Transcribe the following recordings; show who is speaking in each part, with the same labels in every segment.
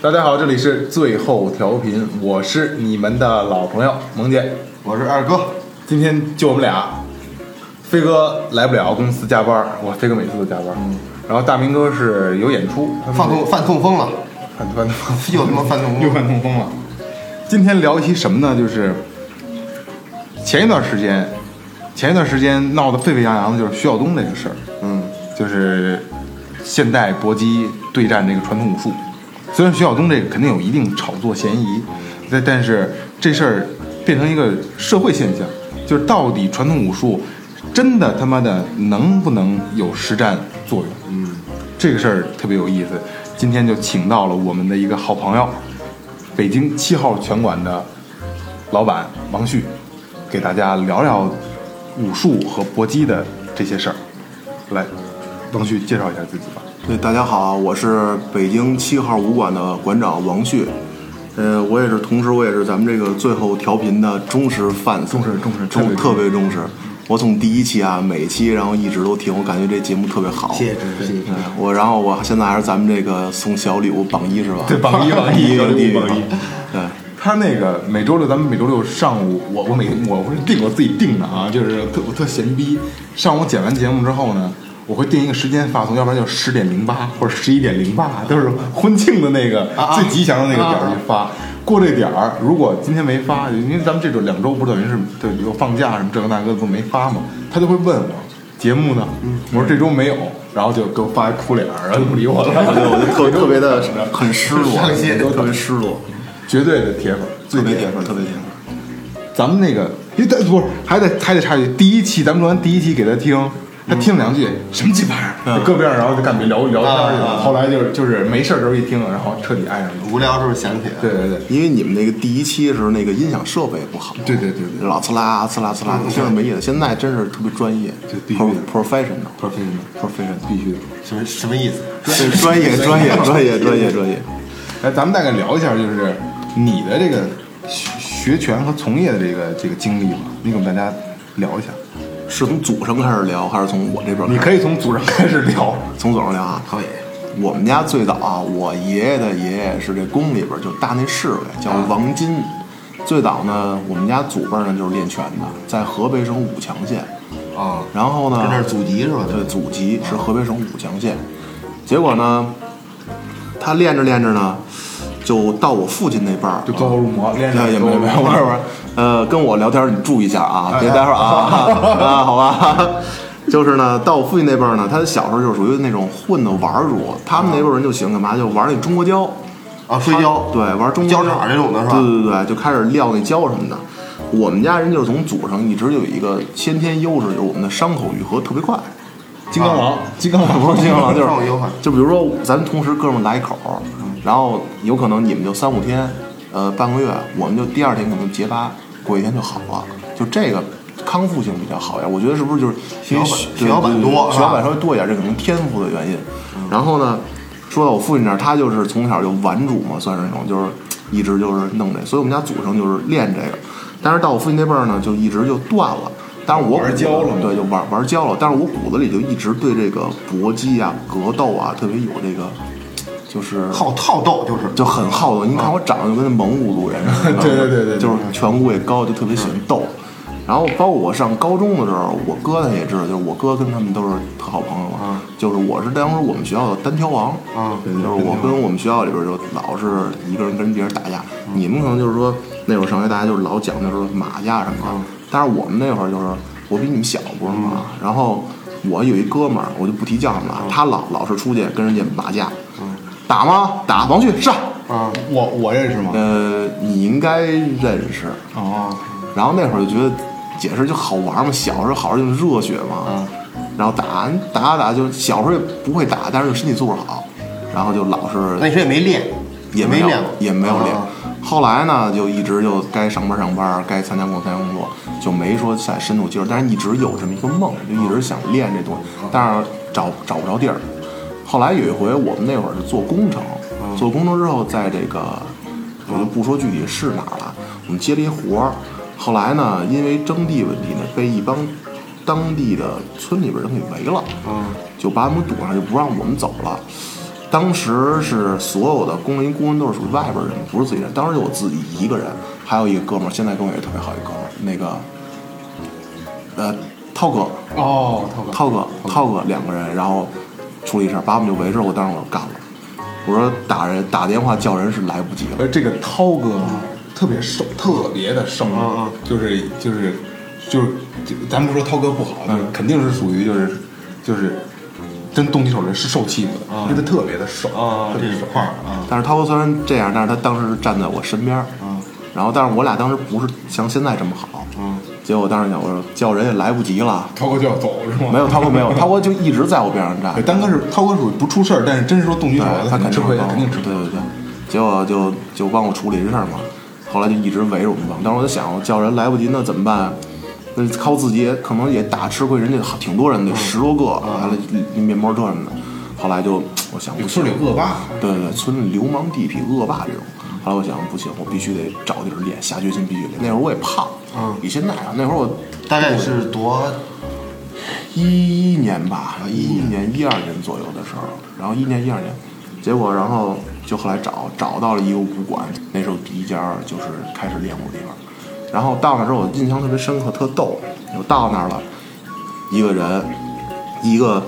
Speaker 1: 大家好，这里是最后调频，我是你们的老朋友萌姐，
Speaker 2: 我是二哥，
Speaker 1: 今天就我们俩，飞哥来不了，公司加班儿，哇，飞哥每次都加班儿，然后大明哥是有演出，他们
Speaker 2: 犯痛犯痛风了，
Speaker 1: 犯犯犯
Speaker 2: 又他 妈犯痛
Speaker 1: 又
Speaker 2: 风，
Speaker 1: 犯痛风了。今天聊一期什么呢？就是前一段时间，前一段时间闹得沸沸扬扬的就是徐晓东那个事儿，
Speaker 2: 嗯，
Speaker 1: 就是现代搏击对战这个传统武术。虽然徐晓东这个肯定有一定炒作嫌疑，但但是这事儿变成一个社会现象，就是到底传统武术真的他妈的能不能有实战作用？嗯，这个事儿特别有意思。今天就请到了我们的一个好朋友，北京七号拳馆的老板王旭，给大家聊聊武术和搏击的这些事儿。来，王旭介绍一下自己吧。
Speaker 3: 对，大家好，啊我是北京七号武馆的馆长王旭，呃，我也是，同时我也是咱们这个最后调频的忠实 fans，
Speaker 1: 忠实忠实特别
Speaker 3: 忠特别忠实。我从第一期啊，每一期然后一直都听，我感觉这节目特别好。
Speaker 2: 谢谢支持，谢谢支持。
Speaker 3: 我然后我现在还是咱们这个送小礼物榜一是吧？
Speaker 1: 对榜一榜一
Speaker 3: 一
Speaker 1: 小礼物
Speaker 3: 地狱
Speaker 1: 榜一
Speaker 3: 对，
Speaker 1: 他那个每周六，咱们每周六上午，我我每我是定我自己定的啊，就是特我特闲逼。上午剪完节目之后呢，我会定一个时间发送，要不然就十点零八或者十一点零八，都是婚庆的那个
Speaker 2: 啊
Speaker 1: 最吉祥的那个点儿去发。过这点儿，如果今天没发，因为咱们这周两周不是等于是就有放假什么这个那个都没发嘛，他就会问我节目呢，
Speaker 3: 嗯
Speaker 1: 我说这周没有，然后就给我发一哭脸儿，然后就不理我了。
Speaker 3: 对，我就特别特别的很失落，
Speaker 1: 伤心
Speaker 3: 特别失落，
Speaker 1: 绝对的铁粉，最
Speaker 3: 特别
Speaker 1: 铁
Speaker 3: 铁粉，特别铁粉。
Speaker 1: 咱们那个，因为他不是还得还得插一句，第一期咱们录完第一期给他听，他听两句、什么鸡巴玩意儿，搁边上然后就感觉聊聊天去了。
Speaker 2: 啊啊
Speaker 1: 后来就是就是没事儿的时候一听，然后彻底爱上了。
Speaker 2: 无聊时候想起来，
Speaker 1: 对对对，
Speaker 3: 因为你们那个第一期的时候，那个音响设备不好，
Speaker 1: 对对对对
Speaker 3: 老呲啦呲啦呲啦，听着没意思。现在真是特别专业，
Speaker 1: 这必须的
Speaker 3: pro- professional
Speaker 1: 不是
Speaker 3: professional，
Speaker 1: 必须的。
Speaker 2: 什么什么意思？
Speaker 3: 对，专业专业专业专业专业。
Speaker 1: 哎，咱们大概聊一下，就是你的这个学学拳和从业的这个这个经历吧，你给我们大家聊一下。
Speaker 3: 是从祖上开始聊，还是从我这边？
Speaker 1: 你
Speaker 3: 以
Speaker 1: 可以从祖上开始聊，
Speaker 3: 从祖上聊啊。
Speaker 2: 可以，
Speaker 3: 我们家最早啊，我爷爷的爷爷是这宫里边就大内侍卫，叫
Speaker 1: 啊
Speaker 3: 王金。最早呢，我们家祖辈呢就是练拳的，在河北省武强县。
Speaker 1: 啊，
Speaker 3: 然后呢，
Speaker 2: 跟这是祖籍是吧？
Speaker 3: 对，祖籍是河北省武强县。结果呢，他练着练着呢，就到我父亲那辈儿，
Speaker 1: 就走火入魔，练
Speaker 3: 那
Speaker 1: 练
Speaker 3: 也没有没有，不是
Speaker 1: 啊
Speaker 3: 不是，呃，跟我聊天你注意一下啊，别待会 儿啊啊，好吧。就是呢，到我父亲那辈儿呢，他小时候就属于那种混的玩儿主，他们那辈儿人就喜欢干嘛，就玩那中国胶，
Speaker 2: 啊，摔跤，
Speaker 3: 对，玩中
Speaker 2: 交叉这种的是吧
Speaker 3: 对对对，就开始撂那胶什么的。我们家人就是从祖上一直就有一个先天优势，就是我们的伤口愈合特别快。
Speaker 1: 金刚狼，金刚狼
Speaker 3: 不是经 常就是
Speaker 2: 上午优惠
Speaker 3: 就比如说咱们同时哥们儿来一口儿，
Speaker 2: 嗯
Speaker 3: 然后有可能你们就三五天，呃半个月，我们就第二天可能结疤，过一天就好了，就这个康复性比较好一点。我觉得是不是就是因为
Speaker 2: 血小板
Speaker 3: 对对对
Speaker 2: 多
Speaker 3: 血
Speaker 2: 是吧
Speaker 3: 小板稍微多一点，这可能天赋的原因。然后呢，说到我父亲那儿，他就是从小就玩主嘛，算是那种就是一直就是弄这，所以我们家祖上就是练这个。但是到我父亲那辈儿呢，就一直就断了。但是我
Speaker 1: 玩
Speaker 3: 骨
Speaker 1: 焦了嘛
Speaker 3: 对，就玩玩焦了。但是我骨子里就一直对这个搏击啊、格斗啊特别有这个，就是
Speaker 2: 好套斗就是，
Speaker 3: 就很好斗。你看我长得就跟那蒙古族人似
Speaker 1: 啊
Speaker 3: 的，
Speaker 1: 对对对对对
Speaker 3: 就是颧骨也高，就特别喜欢斗。然后包括我上高中的时候，我哥他也知道，就是我哥跟他们都是特好朋友嘛。就是我是当时我们学校的单挑王，
Speaker 2: 啊对
Speaker 3: 就是我跟我们学校里边就老是一个人跟别人打架。你们可能就是说那会儿上学大家就是老讲究说马架什么的，但是我们那会儿就是我比你们小不是吗？然后我有一哥们儿，我就不提叫什么了，他老老是出去跟人家打架，打吗？打，王旭上。
Speaker 2: 啊，
Speaker 1: 我我认识吗？
Speaker 3: 呃，你应该认识。
Speaker 1: 哦，
Speaker 3: 然后那会儿就觉得解释就好玩嘛，小时候好像就热血嘛，然后打打啊打就小时候也不会打，但是身体素质好，然后就老是
Speaker 2: 那时候也没练，
Speaker 3: 也
Speaker 2: 没
Speaker 3: 有
Speaker 2: 练过，
Speaker 3: 也没有练
Speaker 2: 啊。
Speaker 3: 后来呢，就一直就该上班上班，该参加工作参加工作，就没说再深度接触。但是一直有这么一个梦，就一直想练这东西，
Speaker 2: 啊
Speaker 3: 但是找找不着地儿。后来有一回，我们那会儿是做工程，
Speaker 2: 啊
Speaker 3: 做工程之后，在这个我就不说具体是哪儿了，我们接了一活儿。后来呢，因为征地问题呢，被一帮
Speaker 2: 啊
Speaker 3: 当地的村里边人给围了，就把我们堵上，就不让我们走了。当时是所有的工龄工人都是属于外边人，不是自己人。当时就我自己一个人，还有一个哥们儿，现在跟我也特别好一哥们儿，那个呃涛哥，
Speaker 1: 哦，涛哥，
Speaker 3: 涛哥，涛哥两个人，然后出了一事儿，把我们就围着，我当时我就干了。我说打人打电话叫人是来不及了，
Speaker 1: 而这个涛哥啊特别瘦，特别的瘦，
Speaker 2: 嗯
Speaker 1: 就是就是就是，就咱不说涛哥不
Speaker 3: 嗯
Speaker 1: 好，就是肯定是属于就是就是真动起手来是受欺负的，
Speaker 3: 嗯
Speaker 1: 因为他特别的瘦，特别瘦
Speaker 2: 块儿啊，
Speaker 3: 但是涛哥虽然这样，但是他当时是站在我身边，嗯，然后但是我俩当时不是像现在这么好，嗯，结果我当时想，我说叫人也来不及了，
Speaker 1: 涛哥就要走是吗？
Speaker 3: 没有涛哥没有，涛哥就一直在我边上站
Speaker 1: 对，，丹哥是涛哥属于不出事儿，但是真是说动起手来
Speaker 3: 对，
Speaker 1: 他
Speaker 3: 他
Speaker 1: 肯定
Speaker 3: 肯
Speaker 1: 吃
Speaker 3: 定
Speaker 1: 亏，
Speaker 3: 会
Speaker 1: 他肯定吃亏
Speaker 3: 对。对对，结果就就帮我处理这事儿嘛，后来就一直围着我们帮。当时我就想，我叫人来不及，那怎么办？那靠自己也可能也打吃亏，人家挺多
Speaker 1: 嗯
Speaker 3: 人的，十多个，完了面包车什么的。后来就我想不行
Speaker 1: 村里，有恶霸，
Speaker 3: 对对对，村里流氓地痞恶霸这种。
Speaker 1: 嗯
Speaker 3: 后来我想不行，我必须得找地儿练，下决心必须得练。那会儿我也胖，
Speaker 2: 嗯
Speaker 3: 比现在啊，那会儿我
Speaker 2: 大概是多
Speaker 3: 一一年吧，一一年一二年左右的时候，然后一年一二年，结果然后就后来找找到了一个武馆，那时候第一家就是开始练武的地方。然后到那之后，我印象特别深刻，特逗。我到那儿了，一个人，一个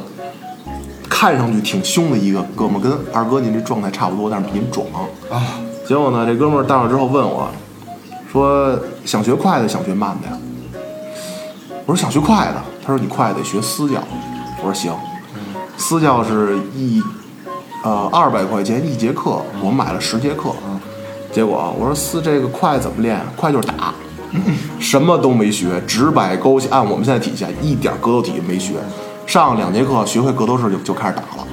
Speaker 3: 看上去挺凶的一个哥们儿，跟二哥您这状态差不多，但是比您壮
Speaker 1: 啊。
Speaker 3: 结果呢，这哥们儿到那之后问我，说想学快的，想学慢的呀？我说想学快的，他说你快得学私教，我说行，私教是一呃二百块钱一节课，我买了十节课，
Speaker 1: 嗯
Speaker 3: 结果啊我说私这个快怎么练？快就是打， 什么都没学，直摆勾起，按我们现在体系啊，一点格斗体也没学，上两节课学会格斗式就就开始打了。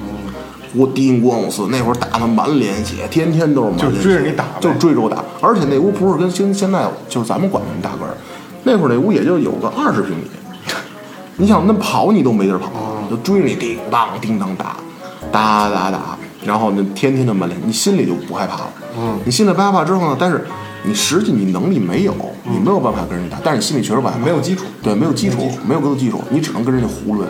Speaker 3: 我叮咣我呲，那会儿打的满脸血，天天都是满脸血，
Speaker 1: 就追着你打呗
Speaker 3: 就是追着我打。而且那屋不是跟现现在就是咱们管那么大个儿，那会儿那屋也就有个二十平米，你想那跑你都没地儿跑，就追着你叮当叮当打，打打打，然后呢天天这么练，你心里就不害怕了。嗯，你心里不害怕之后呢，但是你实际你能力没有，你没有办法跟人家打，但是你心里确实不害怕，
Speaker 1: 没有基础
Speaker 3: 对，嗯没有基础，嗯没有格斗基础，你只能跟人家胡抡。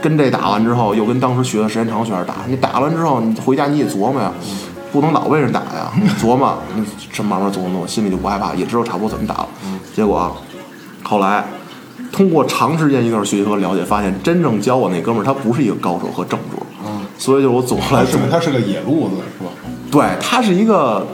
Speaker 3: 跟这打完之后，又跟当时学的时间长学员打，你打完之后，你回家你也琢磨呀，不能老被人打呀，你琢磨，你这慢慢琢磨琢磨，心里就不害怕，也知道差不多怎么打了。结果啊后来通过长时间一段学习和了解，发现真正教我那哥们儿他不是一个高手和正主，所以就我总后来
Speaker 1: 他是
Speaker 3: 总
Speaker 1: 不是他是个野路子是吧？
Speaker 3: 对他是一个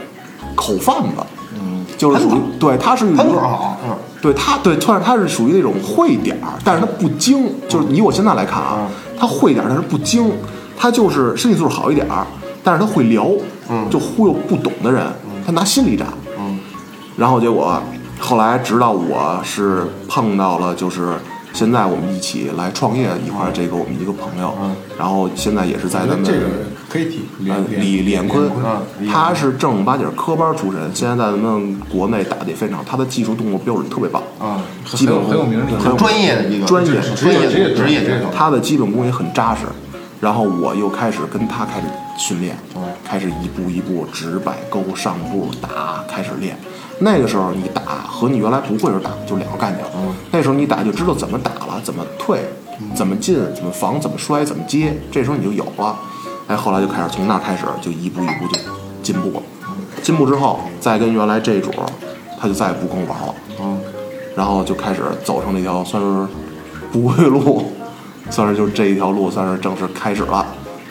Speaker 3: 口贩子，就是属于对他是一个
Speaker 2: 很
Speaker 1: 啊
Speaker 2: 好，嗯，
Speaker 3: 对他，对，突然他是属于那种会点儿，但是他不精，就是以我现在来看啊，他会点儿，但是不精，他就是身体素质好一点儿，但是他会聊，就忽悠不懂的人，他拿心理战，然后结果后来直到我是碰到了，就是现在我们一起来创业一块儿这个我们一个朋友，然后现在也是在
Speaker 1: 我觉
Speaker 3: 咱
Speaker 1: 得
Speaker 3: 们
Speaker 1: 这个可以提
Speaker 3: 呃，李李彦坤，
Speaker 1: 啊
Speaker 3: 他是正儿八经科班出身，现在在咱们国内打的也非常好，他的技术动作标准特别棒
Speaker 1: 啊很
Speaker 3: 基本
Speaker 1: 很有名儿的一个
Speaker 3: 嗯很有
Speaker 2: 专业的一个
Speaker 3: 专业
Speaker 2: 职职业
Speaker 1: 职业
Speaker 2: 职业哦
Speaker 1: 职业
Speaker 2: 选手，
Speaker 3: 他的基本功也很扎实。然后我又开始跟他开始训练，开始一步一步直摆勾上步打，开始练。那个时候你打和你原来不会时候打就两个概念了。那时候你打就知道怎么打了，怎么退，怎么进，怎么防，怎么摔，怎么接，这时候你就有了。哎，后来就开始从那开始就一步一步就进步了。进步之后再跟原来这主，他就再也不跟我玩了。然后就开始走上这条算是不归路，算是就这一条路算是正式开始了。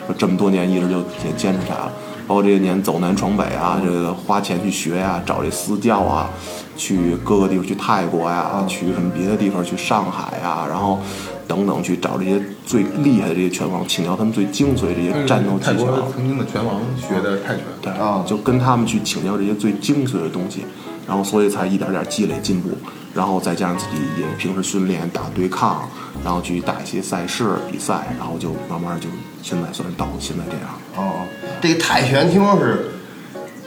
Speaker 3: 就这么多年一直就也坚持下来了，包括这些年走南闯北啊，这个花钱去学呀、找这私教啊，去各个地方，去泰国呀、
Speaker 1: 嗯
Speaker 3: 去什么别的地方，去上海呀、然后等等去找这些最厉害的这些拳王，请教他们最精髓这些战斗技
Speaker 1: 嗯泰
Speaker 3: 巧。啊
Speaker 1: 国曾经的拳王学的泰拳，
Speaker 3: 对
Speaker 2: 啊
Speaker 3: 就跟他们去请教这些最精髓的东西，然后所以才一点点积累进步，然后再加上自己也平时训练打对抗，然后去打一些赛事比赛，然后就慢慢就现在算是到现在这样。
Speaker 2: 哦，这个泰拳听说是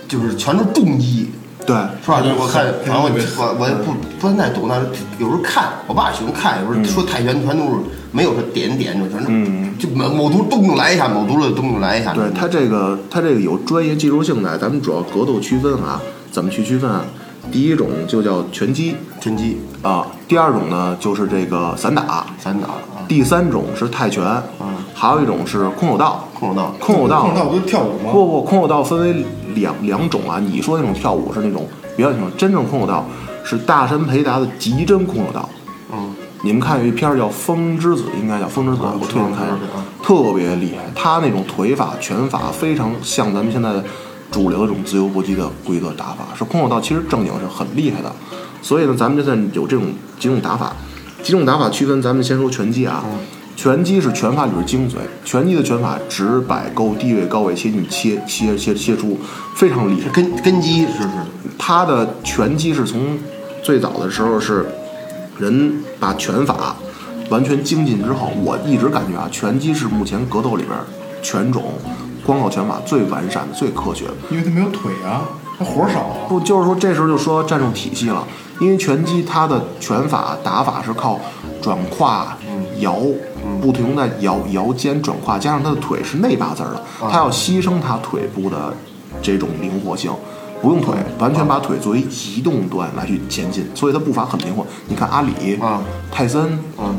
Speaker 2: 就是全是重击，
Speaker 3: 对，
Speaker 2: 是吧？我看，
Speaker 1: 嗯
Speaker 2: 反正我我我也不
Speaker 3: 嗯
Speaker 2: 不太懂，但是有时候看，我爸喜欢看，有时候说泰拳全都是没有说点点，就全是就某某图动动来一下，某图的动动来一下。
Speaker 3: 嗯对他这个他这个有专业技术性在，咱们主要格斗区分啊，怎么去区分啊？第一种就叫拳击
Speaker 2: 拳击、
Speaker 3: 啊、第二种呢就是这个散打，
Speaker 2: 散打啊，
Speaker 3: 第三种是泰拳，还有一种是空手道。
Speaker 2: 空手道
Speaker 3: 空手道，
Speaker 1: 空手道不是跳舞吗？
Speaker 3: 不不，空手道分为两两种啊。你说那种跳舞是那种比较那种真正空手道是大山培达的极真空手道。
Speaker 2: 嗯，啊
Speaker 3: 你们看有一片儿叫《风之子》，应该叫《风之子》，我推荐看一下
Speaker 2: 知道知道，
Speaker 3: 特别厉害。他那种腿法、拳法非常像咱们现在的主流这种自由搏击的规则打法，是空手道其实正经是很厉害的。所以呢，咱们就算有这种几种打法，几种打法区分，咱们先说拳击啊。拳击是拳法里边精髓，拳击的拳法直摆勾低位高位切进去切切切切出，非常厉害
Speaker 2: 是。根根基是不是？
Speaker 3: 他的拳击是从最早的时候是人把拳法完全精进之后，我一直感觉啊，拳击是目前格斗里边拳种光靠拳法最完善的、最科学的。
Speaker 1: 因为他没有腿啊，他活儿少啊。
Speaker 3: 不就是说这时候就说战术体系了？因为拳击它的拳法打法是靠转胯、
Speaker 2: 嗯
Speaker 3: 摇，不停的摇摇肩转胯，加上他的腿是内八字儿的，
Speaker 2: 啊
Speaker 3: 他要牺牲他腿部的这种灵活性。不用腿，完全
Speaker 2: 啊
Speaker 3: 把腿作为移动端来去前进，所以他步伐很灵活。你看阿里、
Speaker 2: 啊
Speaker 3: 泰森，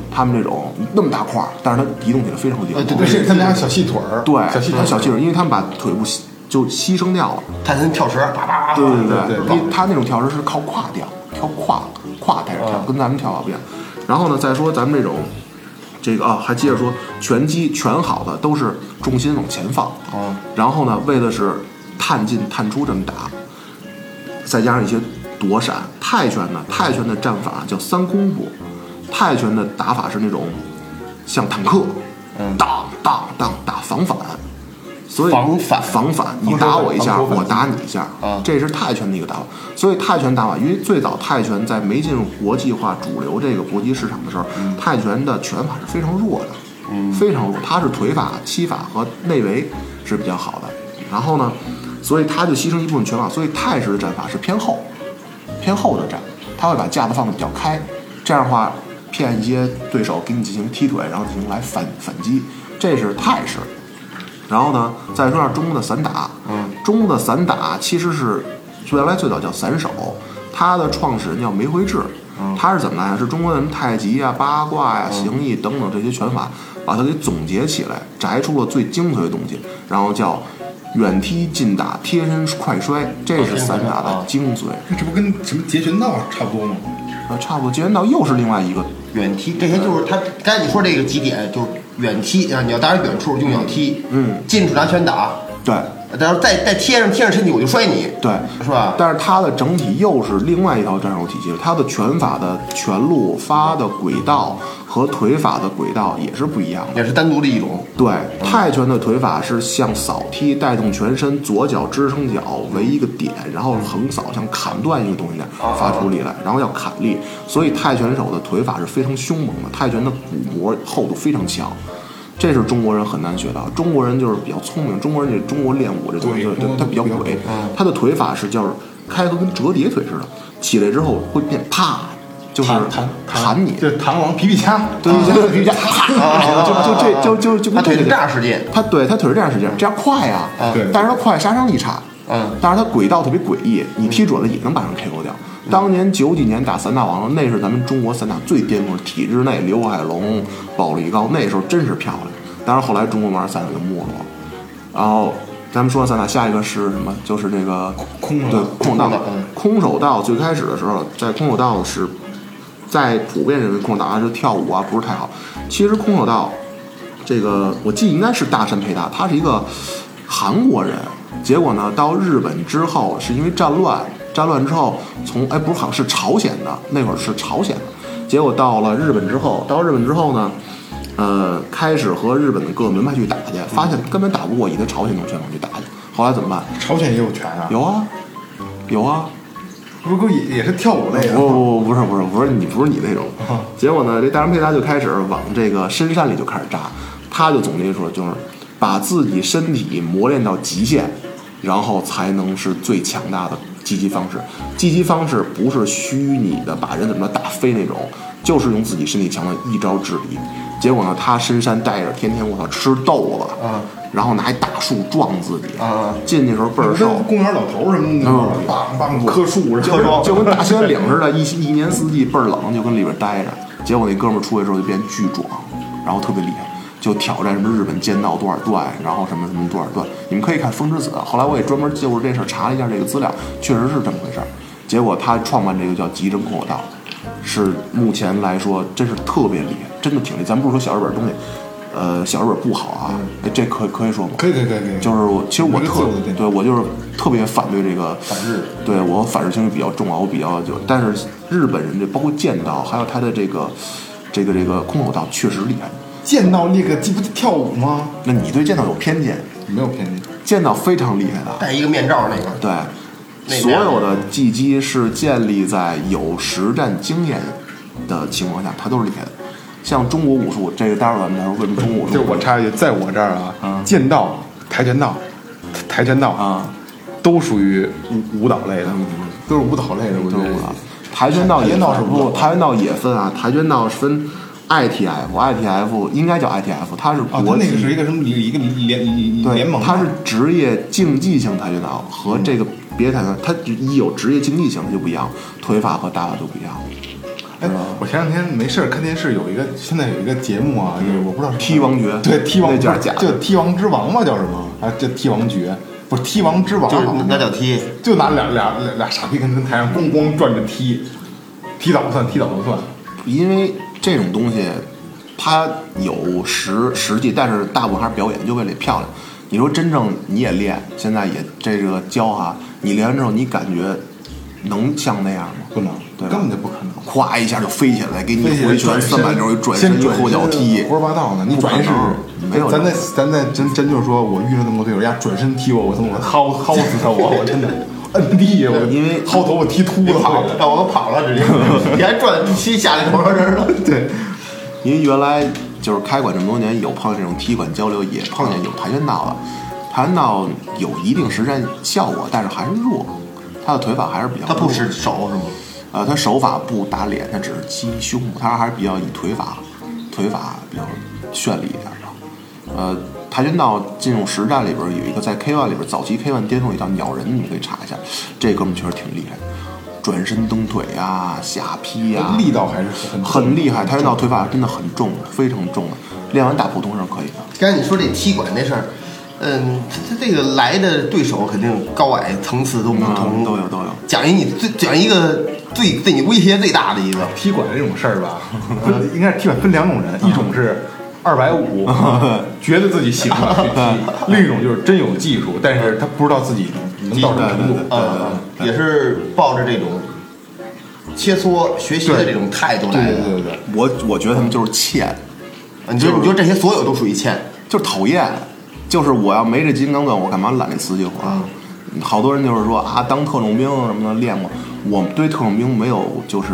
Speaker 3: 他们这种那么大块儿，但是他移动起来非常灵活。
Speaker 2: 呃对
Speaker 1: 而且他们俩小细腿儿，
Speaker 3: 对，
Speaker 1: 小细腿儿，
Speaker 3: 他小
Speaker 2: 啊
Speaker 3: 细腿儿，因为他们把腿部牺就牺牲掉了。
Speaker 2: 泰森跳绳，叭叭叭叭，
Speaker 3: 对对
Speaker 1: 对
Speaker 3: 对，
Speaker 1: 对
Speaker 3: 因为他那种跳绳是靠胯跳，跳胯胯带着跳，跟咱们跳法不一样。然后呢，再说咱们这种这个啊，还接着说拳击拳好的都是重心往前放，
Speaker 2: 哦
Speaker 3: 然后呢，为的是探进探出这么打，再加上一些躲闪。泰拳呢，泰拳的战法叫三空步，泰拳的打法是那种像坦克，嗯，当当当打防反。所以
Speaker 2: 防反
Speaker 3: 防反，你打我一下，
Speaker 1: 防守反
Speaker 3: 我打你一下，
Speaker 2: 啊
Speaker 3: 这是泰拳的一个打法。所以泰拳打法，因为最早泰拳在没进入国际化主流这个搏击市场的时候，泰拳的拳法是非常弱的，非常弱。它是腿法、膝法和内围是比较好的。然后呢，所以它就牺牲一部分拳法，所以泰式的战法是偏后，偏后的站，他会把架子放得比较开，这样的话骗一些对手给你进行踢腿，然后进行来反反击，这是泰式。然后呢，再说下中国的散打，嗯，中国的散打其实是原来最早叫散手，它的创始人叫梅辉志，他是怎么来的？是中国人太极啊、八卦呀、形意等等这些拳法，把它给总结起来，摘出了最精髓的东西，然后叫远踢、近打、贴身快摔，这哦是散打的精髓。
Speaker 1: 这不跟什么截拳道差不多吗？
Speaker 3: 啊，差不多，截拳道又是另外一个，
Speaker 2: 远踢，这些就是他刚才你说这个几点，就是远踢啊，你要打远处用脚踢，
Speaker 3: 嗯，
Speaker 2: 近处拿拳打，
Speaker 3: 对
Speaker 2: 然后再再贴上贴上身体我就摔你，
Speaker 3: 对，
Speaker 2: 是吧？
Speaker 3: 但是它的整体又是另外一套战术体系了，它的拳法的拳路发的轨道和腿法的轨道也是不一样的。
Speaker 2: 也是单独的一种，
Speaker 3: 对，泰拳的腿法是像扫踢，带动全身，左脚支撑脚为一个点，然后横扫，像砍断一个东西那样发出力来，然后要砍力。所以泰拳手的腿法是非常凶猛的，泰拳的骨膜厚度非常强。这是中国人很难学到，中国人就是比较聪明，中国人这中国练武这东西，
Speaker 1: 对
Speaker 3: 对他比较
Speaker 1: 比较
Speaker 3: 鬼
Speaker 1: 鬼，
Speaker 3: 他的腿法是叫开合跟折叠腿似的，起来之后会变啪，就是
Speaker 1: 弹弹
Speaker 3: 弹你，
Speaker 1: 这螳螂皮皮虾，啊
Speaker 3: 对对对，比较啪，就就这就就就
Speaker 2: 他
Speaker 3: 跟这
Speaker 2: 腿是
Speaker 3: 个劲
Speaker 2: 这
Speaker 3: 儿
Speaker 2: 样使劲，
Speaker 3: 他对他腿是这样使劲儿，这样快呀、
Speaker 1: 对
Speaker 3: 但是他快，杀伤力差。
Speaker 2: 嗯，
Speaker 3: 但是他轨道特别诡异，你踢准了也能把人 KO 掉。
Speaker 1: 嗯
Speaker 3: 当年九几年打散打王，那是咱们中国散打最巅峰，体制内刘海龙、保利高，那时候真是漂亮。当然后来中国玩散打就没落了。然后咱们说散打下一个是什么？就是这个
Speaker 1: 空手
Speaker 3: 对
Speaker 1: 道
Speaker 2: 空手
Speaker 3: 空手道
Speaker 2: 道嗯。
Speaker 3: 空手道最开始的时候，在空手道是在普遍认为空手道还是跳舞啊，不是太好。其实空手道这个我记得应该是大山培达，他是一个韩国人。结果呢，到日本之后是因为战乱，战乱之后从哎不是好是朝鲜的，那会儿是朝鲜的。结果到了日本之后，到日本之后呢，呃，开始和日本的各个门派去打去，发现根本打不过，以他朝鲜那种拳法去打去。后来怎么办？
Speaker 1: 朝鲜也有拳啊，
Speaker 3: 有啊，有啊，
Speaker 1: 不过也也是跳舞类的啊
Speaker 3: 不
Speaker 1: 吗。
Speaker 3: 不不，不是不是不是你不是你 那种。结果呢，这大人佩达就开始往这个深山里就开始扎，他就总结说，就是把自己身体磨练到极限，然后才能是最强大的积极方式。积极方式不是虚拟的把人怎么着打飞那种，就是用自己身体强的一招制敌。结果呢，他深山待着，天天我操吃豆子，
Speaker 2: 啊
Speaker 3: 然后拿一大树撞自己，
Speaker 2: 啊
Speaker 3: 进去时候倍儿
Speaker 1: 不
Speaker 3: 瘦
Speaker 1: 跟，公园老头儿什么的，
Speaker 3: 嗯
Speaker 1: 梆梆棵树，
Speaker 3: 就跟就跟大兴安岭似的，一一年四季倍儿冷，就跟里边待着。结果那哥们儿出去之后就变巨壮，然后特别厉害。就挑战什么日本剑道多少段，然后什么什么多少段。你们可以看《风之子》，后来我也专门就着这事儿查了一下这个资料，确实是这么回事儿。结果他创办这个叫极真空手道，是目前来说真是特别厉害，真的挺厉害。咱不是说小日本东西，呃，小日本不好啊，哎这可可以说吗？
Speaker 1: 嗯可以可以可以可以，
Speaker 3: 就是我，其实我
Speaker 1: 没得自
Speaker 3: 特
Speaker 1: 由的地方
Speaker 3: 对我就是特别反对这个
Speaker 2: 反日，
Speaker 3: 对我反日情绪比较重啊，我比较就，但是日本人这包括剑道，还有他的这个这个这个空手道确实厉害。
Speaker 1: 剑道那个这不就跳舞吗？
Speaker 3: 那你对剑道有偏见？
Speaker 1: 没有偏见，
Speaker 3: 剑道非常厉害的，
Speaker 2: 戴一个面罩那个，
Speaker 3: 对，
Speaker 2: 那边
Speaker 3: 所有的技击是建立在有实战经验的情况下，他都是厉害的。像中国武术，这个待会儿咱们再说为什么中国武术。
Speaker 1: 就我插一句，在我这儿啊，
Speaker 3: 嗯
Speaker 1: 剑道、跆拳道、跆拳道
Speaker 3: 啊，
Speaker 1: 都属于舞舞蹈类的，都是舞蹈啊类的，我觉
Speaker 3: 就是
Speaker 1: 得
Speaker 3: 我。跆拳道
Speaker 1: 跆
Speaker 3: 也
Speaker 1: 拳道是
Speaker 3: 分
Speaker 1: 不是
Speaker 3: 不，跆拳道也分啊，跆拳道是分 ITF，ITF 应该叫 ITF，它是
Speaker 1: 啊，
Speaker 3: 国
Speaker 1: 他
Speaker 3: 际、
Speaker 1: 那个是一个什么一个联
Speaker 3: 对
Speaker 1: 联盟吧，啊哎嗯
Speaker 3: 它是职业竞技性跆拳道和这个别的跆拳道，它一有职业竞技性它就不一样，腿法和打法就不一样。
Speaker 1: 哎，我前两天没事儿看电视，有一个现在有一个节目啊，就是我不知道是
Speaker 3: 踢王爵
Speaker 1: 对踢王
Speaker 3: 那叫假的
Speaker 1: 就踢王之王嘛，叫什么啊？叫踢王爵，不是踢王之王，啊
Speaker 2: 就是拿脚踢，
Speaker 1: 就拿俩俩俩俩傻逼跟跟台上咣咣转着踢，踢倒不算，踢倒不算。
Speaker 3: 因为这种东西，它有实实际，但是大部分还是表演，就为了漂亮。你说真正你也练，现在也这个教哈，你练完之后你感觉能像那样吗？
Speaker 1: 不能
Speaker 3: 对吧
Speaker 1: 根本就不可能
Speaker 3: 咵一下就飞起来，给你回
Speaker 1: 转身
Speaker 3: 旋三百六十转
Speaker 1: 先
Speaker 3: 身一
Speaker 1: 转
Speaker 3: 后脚踢，
Speaker 1: 胡说八道呢！你
Speaker 3: 不可
Speaker 1: 转一试
Speaker 3: 能
Speaker 1: 试，
Speaker 3: 没有
Speaker 1: 咱
Speaker 3: 那
Speaker 1: 再咱再真真就是说我遇上那么多队友，人家转身踢我，我从我薅薅死他，我我真的摁地我
Speaker 3: 因为
Speaker 1: 薅头我踢秃
Speaker 2: 你跑
Speaker 1: 了。，
Speaker 2: 让我跑了直 接，你还转踢下来头上人了，
Speaker 1: 对，
Speaker 3: 因为原来就是开馆这么多年，有碰见这种踢馆交流，也碰见有跆拳道的。跆拳道有一定实战效果，但是还是弱，他的腿法还是比较
Speaker 2: 他
Speaker 3: 弱。
Speaker 2: 不使手是吗？
Speaker 3: 呃，他手法不打脸，他只是击胸部，他还是比较以腿法，腿法比较绚丽一点的。呃，跆拳道进入实战里边儿有一个在 K ONE 里边儿早期 K ONE 巅峰也叫鸟人，你们可以查一下，这哥们儿确实挺厉害的，转身蹬腿啊，下劈啊，
Speaker 1: 力道还是很
Speaker 3: 很厉害。跆拳道腿法真的很重，非常重的，练完打普通是可以的。
Speaker 2: 刚才你说这踢馆这事儿，嗯，他他这个来的对手肯定高矮层次啊都不同，
Speaker 3: 嗯都有都有
Speaker 2: 讲一你最讲一个最对你威胁最大的一个，
Speaker 1: 踢馆这种事儿吧，分应该是踢馆分两种人，一种是二百五，觉得自己行了去踢；另一种就是真有技术，但是他不知道自己能到什么程度
Speaker 3: 对对。对
Speaker 2: 嗯，也是抱着这种切磋学习的这种态度
Speaker 1: 对
Speaker 2: 来的
Speaker 1: 对。对对对，
Speaker 3: 我我觉得他们就是欠，
Speaker 2: 啊你觉得你觉得这些所有都属于欠？
Speaker 3: 就是讨厌，就是我要没这金刚钻，我干嘛揽这瓷器活儿？啊
Speaker 1: 嗯
Speaker 3: 好多人就是说啊，当特种兵什么的练过，我对特种兵没有就是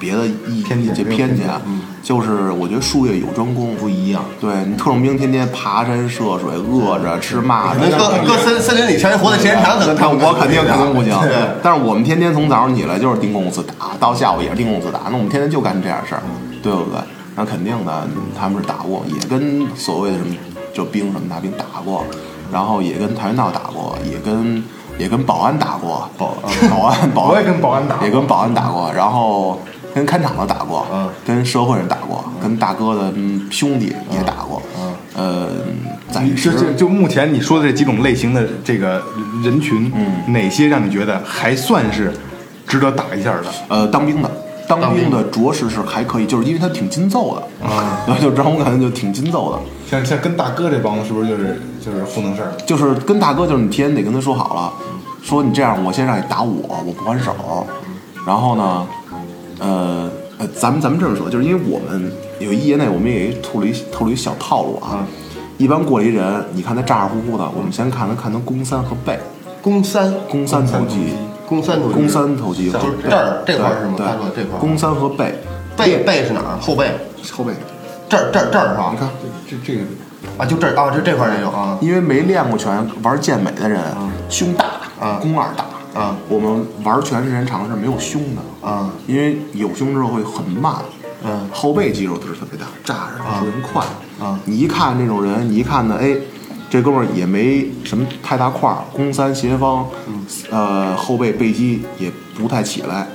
Speaker 3: 别的意
Speaker 1: 偏见嗯
Speaker 3: 见
Speaker 1: 没有
Speaker 3: 偏
Speaker 1: 偏见
Speaker 3: 啊就是我觉得术业有专攻，不一样。对你特种兵天天爬山涉水，饿着吃蚂
Speaker 2: 能
Speaker 3: 蚱。
Speaker 2: 搁搁森森林里全活的时间长，可能
Speaker 3: 但我肯定肯定不行
Speaker 2: 对，
Speaker 3: 但是我们天天从早上起来就是盯公司打，到下午也是盯公司打，那我们天天就干这样的事儿，
Speaker 1: 嗯
Speaker 3: 对不对？那肯定的，他们是打过，也跟所谓的什么就兵什么大兵打过，然后也跟跆拳道打过，也跟也跟保安打过，保保 安保安
Speaker 1: 嗯我也跟保安打过
Speaker 3: 也跟保安打过，然后跟看场的打过，
Speaker 2: 嗯
Speaker 3: 跟社会人打过，跟大哥的嗯兄弟也打过，
Speaker 1: 嗯
Speaker 3: 呃，暂时
Speaker 1: 就就就目前你说的这几种类型的这个人群，哪些让你觉得还算是值得打一下的？
Speaker 3: 呃，当兵的，当
Speaker 2: 当
Speaker 3: 兵
Speaker 2: 兵
Speaker 3: 的着实是还可以，就是因为他挺筋揍的，啊， 然后就让我感觉就挺筋揍的，
Speaker 1: 像像跟大哥这帮子是不是就是就是糊弄事儿？
Speaker 3: 就是跟大哥就是你提前得跟他说好了，说你这样，我先让你打我，我不还手，然后呢，呃。呃，咱们咱们这么说，就是因为我们有一业内，我们也透露一透露一小套路
Speaker 2: 嗯
Speaker 3: 啊。一般过来一人，你看他咋咋呼呼的，我们先看他看他肱三和背，
Speaker 2: 肱三，
Speaker 3: 肱三头肌，
Speaker 2: 肱三头肌，
Speaker 3: 肱三头肌，
Speaker 2: 就是这儿这块儿是吗？
Speaker 3: 对
Speaker 2: 他说这块儿，
Speaker 3: 肱三和背，
Speaker 2: 背背是哪儿？后背，
Speaker 3: 后背，
Speaker 2: 这儿这儿这儿是吧？
Speaker 3: 你看。
Speaker 1: 这这个
Speaker 2: 啊，就这儿啊，就这块儿这种啊，
Speaker 3: 因为没练过拳，玩健美的人、胸大，
Speaker 2: 啊
Speaker 3: 肱二大。
Speaker 2: 啊
Speaker 3: 我们玩拳时间长了是没有胸的
Speaker 2: 啊，
Speaker 3: 因为有胸之后会很慢，
Speaker 2: 嗯
Speaker 3: 后背肌肉都是特别大，炸着
Speaker 1: 嗯
Speaker 3: 特别快
Speaker 2: 啊
Speaker 3: 你一看这种人，你一看呢，哎，这哥们儿也没什么太大块儿，肱三斜方，呃，后背背肌也不太起来，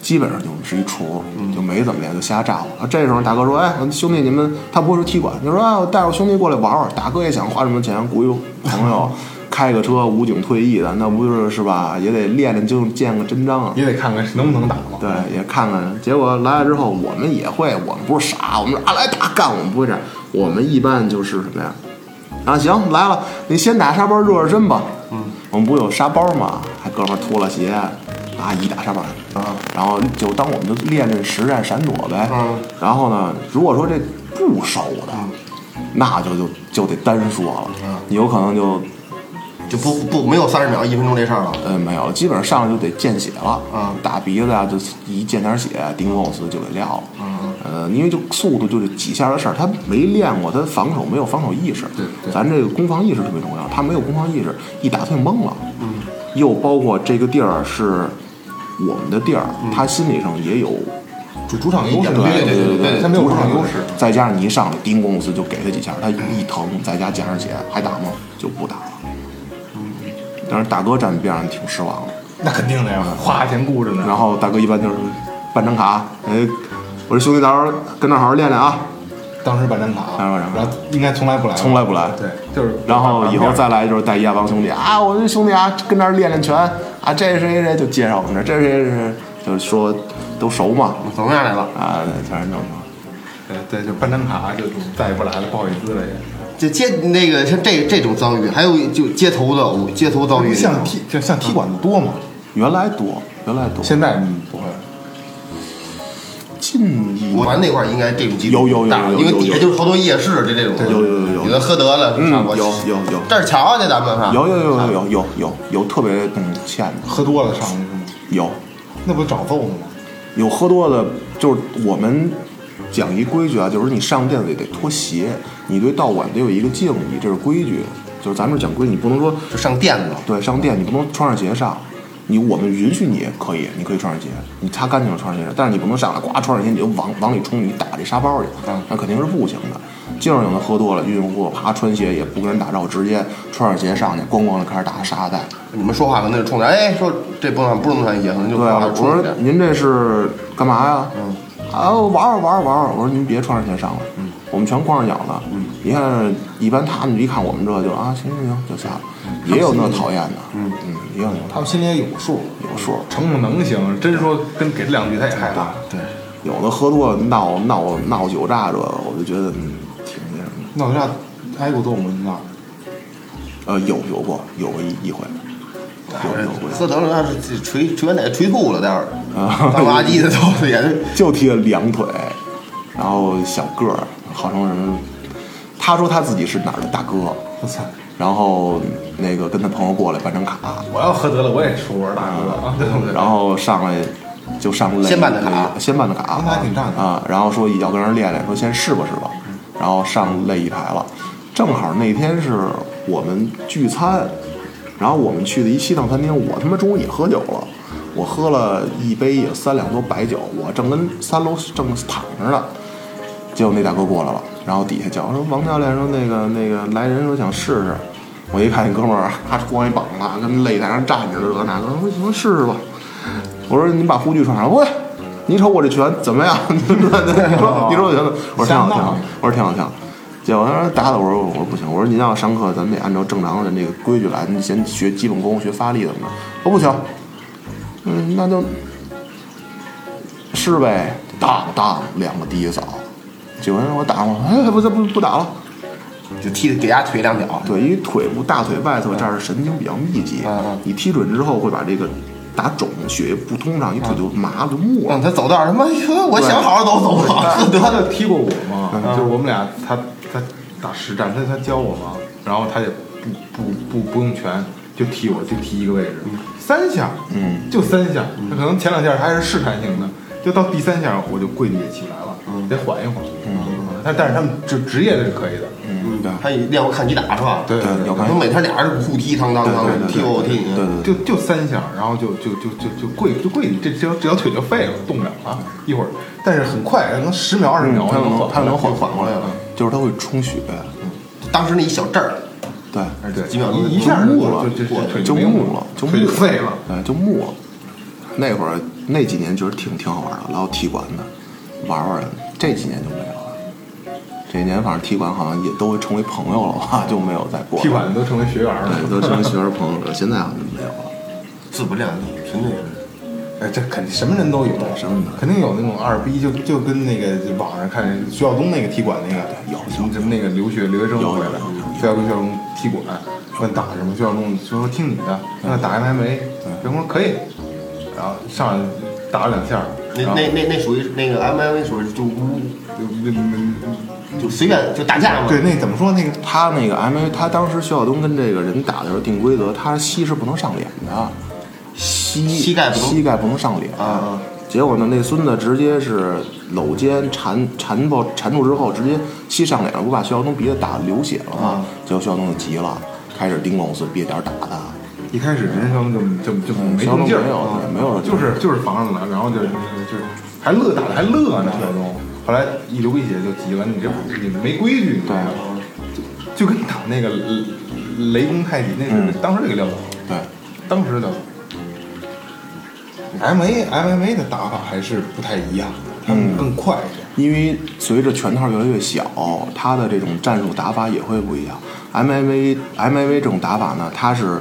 Speaker 3: 基本上就是一厨，就没怎么练，就瞎咋呼。啊这时候大哥说：“哎，兄弟，你们他不会是踢馆，就说啊，我带我兄弟过来玩玩。大哥也想花什么钱，雇一个朋友开个车，武警退役的，那不就是是吧？也得练练，就见个真章啊。”
Speaker 1: 也得看看能不能打嘛。
Speaker 3: 对，也看看。结果来了之后，我们也会，我们不是傻，我们是啊来打干，我们不会这样。我们一般就是什么呀？啊，行，来了，你先打沙包热热身吧。嗯，我们不有沙包吗？还哥们儿脱了鞋，啊，一打沙包啊，然后就当我们就练练实战闪躲呗。
Speaker 2: 嗯，
Speaker 3: 然后呢，如果说这不熟的，那就就就得单说了，你有可能就
Speaker 2: 就不不没有三十秒、一分钟这事儿了。
Speaker 3: 呃，没有，基本上上来就得见血了，
Speaker 2: 嗯
Speaker 3: 打鼻子啊，就一见点血，顶 boss 就给撂了，
Speaker 2: 嗯，
Speaker 3: 呃，因为就速度就是几下的事儿，他没练过，他防守没有防守意识，
Speaker 1: 对对
Speaker 3: 咱这个攻防意识特别重要，他没有攻防意识，一打他就懵了，嗯，又包括这个地儿是我们的地儿，他心理上也有
Speaker 1: 主主场优势，
Speaker 2: 对对对对对
Speaker 1: 他没有主场优势。
Speaker 3: 再加上你一上来叮公司就给他几下，他一疼，再加加上血还打吗？就不打了，嗯，但是大哥站边上挺失望的。
Speaker 1: 那肯定的呀， 花钱雇着呢。
Speaker 3: 然后大哥一般就是办张卡，哎，我说兄弟，到时候跟那儿好好练练啊。
Speaker 1: 当时办张卡，
Speaker 3: 当时办张卡
Speaker 1: 然后应该从来不来，
Speaker 3: 从来不来
Speaker 1: 对，就是。
Speaker 3: 然后以后再来就是带一大帮兄弟啊，我这兄弟啊，跟那儿练练拳啊，这是谁谁谁就介绍我们这儿，这是谁谁谁，就是说都熟嘛
Speaker 2: 怎么样来了？
Speaker 3: 啊，对全是弄熟。
Speaker 1: 对对，就办张卡，就再也不来了，不好意思了也。
Speaker 2: 就街那个像这这种遭遇，还有就街头的我街头遭遇那种，
Speaker 1: 像踢像像踢馆子多嘛，
Speaker 3: 原来多，原来多，
Speaker 1: 现在嗯不会了。
Speaker 3: 近一
Speaker 2: 我们那块儿应该这种机
Speaker 3: 有有有
Speaker 2: 大
Speaker 3: 有
Speaker 2: 因为
Speaker 3: 有
Speaker 2: 底下
Speaker 3: 有
Speaker 2: 就是好多夜市这这种的，
Speaker 3: 有有有有
Speaker 2: 有的喝得了，
Speaker 3: 嗯
Speaker 2: 上过
Speaker 3: 有有有
Speaker 2: 这儿瞧瞧去，咱们哈啊
Speaker 3: 有有有有有有有有特别嗯欠的，
Speaker 1: 喝多了上去是吗？
Speaker 3: 有
Speaker 1: 那不找揍呢吗？
Speaker 3: 有喝多的，就是我们讲一规矩啊，就是你上店里得脱鞋，你对道馆得有一个敬意，这是规矩。就是咱们讲规矩，你不能说
Speaker 2: 就上店子，
Speaker 3: 对上店你不能穿上鞋上，你我们允许你可以，你可以穿上鞋，你擦干净了穿上鞋上，但是你不能上来呱穿上鞋你就往往里冲，你打这沙包去，那肯定是不行的。经常有的喝多了晕乎，啪穿鞋也不跟人打招呼，直接穿上鞋上去，咣咣的开始打沙袋。
Speaker 2: 你们说话可能就冲着，哎，说这不能不能穿鞋，可能就
Speaker 3: 对啊，我
Speaker 2: 冲着
Speaker 3: 说
Speaker 2: 点。
Speaker 3: 您这是干嘛呀？嗯，啊，玩儿玩儿玩儿。我说您别穿上鞋上了，嗯，我们全光着脚的。嗯，你看，一般他们一看我们这就啊，行行行，就下了。也有那讨厌的，嗯嗯，也有那
Speaker 1: 他们心里也有数，
Speaker 3: 有数。
Speaker 1: 成不能行，真说跟给他两句他也害怕，
Speaker 2: 对，
Speaker 3: 有的喝多了闹闹闹酒炸这，我就觉得嗯挺那什么。
Speaker 1: 闹一下挨过揍吗？那
Speaker 3: 呃，有有过有过一一回，有有过一回，
Speaker 2: 喝得了那是捶捶完得捶吐了，待会儿
Speaker 3: 哎啊
Speaker 2: 大吧唧的都也是。
Speaker 3: 就踢了两腿，然后小个儿，号称什么？他说他自己是哪儿的大哥，
Speaker 1: 我操！
Speaker 3: 然后那个跟他朋友过来办张卡，
Speaker 1: 我要喝得了，我也说我是大哥 啊，对不对？
Speaker 3: 然后上来就上来
Speaker 2: 先办的卡
Speaker 3: 先办的卡，
Speaker 1: 那还挺仗义
Speaker 3: 啊。然后说要跟人练练，说先试吧试吧，然后上擂一排了。正好那天是我们聚餐，然后我们去的一西藏餐厅，我他妈中午也喝酒了，我喝了一杯也三两多白酒，我正跟三楼正躺着呢。结果那大哥过来了，然后底下叫说王教练说那个那个来人说想试试，我一看那哥们儿他光一膀子跟擂台上站着这个那个，我说行试试吧。我说你把护具穿上，喂，你瞅我这拳怎么样？你说你说我拳，我说挺好挺好，我说挺好挺好。结果他说打打我说我说不行，我说您要上课咱们得按照正常的那个规矩来，你先学基本功学发力怎么的。我不行，嗯，那就是呗，当当两个第一扫，九人我打吗？哎，不不不打了。
Speaker 2: 就踢给丫腿两脚，
Speaker 3: 对，因为腿部大腿外侧这儿神经比较密集
Speaker 2: 嗯嗯，
Speaker 3: 你踢准之后会把这个打肿，血液不通畅，你腿就麻就木
Speaker 2: 嗯
Speaker 3: 了
Speaker 2: 让。他走道儿他妈，哎我想好好走走不好，
Speaker 1: 他
Speaker 2: 喝得
Speaker 1: 他
Speaker 2: 了
Speaker 1: 就踢过我嘛，就是我们俩他他打实战，他他教我嘛，然后他也不不不不用拳就踢我，就踢一个位置，三下，
Speaker 3: 嗯，
Speaker 1: 就三下，他可能前两下还是试探性的，就到第三下我就跪地也起不来了，得缓一缓，嗯，但但是他们就职业的是可以的，
Speaker 3: 嗯，对
Speaker 2: 他也练过看击打是吧？
Speaker 1: 对对对
Speaker 3: 有看
Speaker 2: 他每天俩人互踢，当当当
Speaker 3: 对对，对
Speaker 2: 踢我我踢你。
Speaker 3: 对对对，
Speaker 1: 就就三下，然后就就就就就跪就跪地，这这条这条腿就废了，动不了了，一会儿，但是很快，可能十秒二十秒
Speaker 3: 他
Speaker 1: 就
Speaker 3: 能他
Speaker 1: 缓
Speaker 3: 能
Speaker 1: 过
Speaker 3: 缓
Speaker 1: 来
Speaker 3: 缓过来
Speaker 1: 了
Speaker 3: 了，嗯就是他会充血，
Speaker 2: 当时那一小阵儿，
Speaker 3: 对
Speaker 1: 嗯对，
Speaker 2: 几秒钟
Speaker 1: 一一下
Speaker 3: 就木了
Speaker 1: 就就就腿
Speaker 3: 就
Speaker 1: 没有
Speaker 3: 木了，就
Speaker 1: 腿
Speaker 3: 木
Speaker 1: 就废了。
Speaker 3: 对，就木了。那会儿那几年觉得挺挺好玩的，老有踢馆的，玩玩的。这几年就没有了。这几年反正踢馆好像也都成为朋友了吧，就没有再过了。
Speaker 1: 踢馆的都成为学员了。
Speaker 3: 对，都成为学生朋友了。现在好像就没有了。
Speaker 2: 自不量力，贫嘴人。
Speaker 1: 哎，这肯定什么人都有，
Speaker 3: 什么人都有
Speaker 1: 肯定有那种二逼，就就跟那个就网上看徐晓东那个踢馆那个
Speaker 3: 有有
Speaker 1: 什么什么那个留学留学生
Speaker 3: 有
Speaker 1: 回来
Speaker 3: 有有，
Speaker 1: 非要跟徐晓东踢馆，问打什么，徐晓东就说听你的，那打 MMA，人
Speaker 3: 嗯
Speaker 1: 说可以，然后上来打了两下，
Speaker 2: 那
Speaker 1: 然
Speaker 3: 啊
Speaker 1: 后
Speaker 2: 那那那属于那个 M L V 属于就
Speaker 1: 就就
Speaker 2: 就随便就打架嘛。
Speaker 1: 对，那怎么说那个
Speaker 3: 他那个 M A，他当时徐晓东跟这个人打的时候定规则，他膝是不能上脸的，膝
Speaker 2: 膝盖不能
Speaker 3: 膝盖不能上脸
Speaker 2: 啊啊。
Speaker 3: 结果呢，那孙子直接是搂肩缠缠抱缠住之后，直接膝上脸了，不把徐晓东鼻子打流血了
Speaker 2: 啊
Speaker 3: 吗？结果徐晓东就急了，开始叮咣是憋点儿打他。
Speaker 1: 一开始人家就就就没
Speaker 3: 小
Speaker 1: 动
Speaker 3: 东
Speaker 1: 劲儿，
Speaker 3: 没有
Speaker 1: 啊
Speaker 3: 没有
Speaker 1: 就是就是防上了，然后就就是还乐打的还乐呢，小东。后来一流鼻血就急了，你这你没规矩，你知道吗就就跟打那个雷雷公太极那是
Speaker 3: 嗯
Speaker 1: 当时那个料子，
Speaker 3: 对，
Speaker 1: 当时的 M A M M A 的打法还是不太一样的，他
Speaker 3: 嗯
Speaker 1: 们更快一点。
Speaker 3: 因为随着拳套越来越小，它的这种战术打法也会不一样。MMA MMA 这种打法呢，它是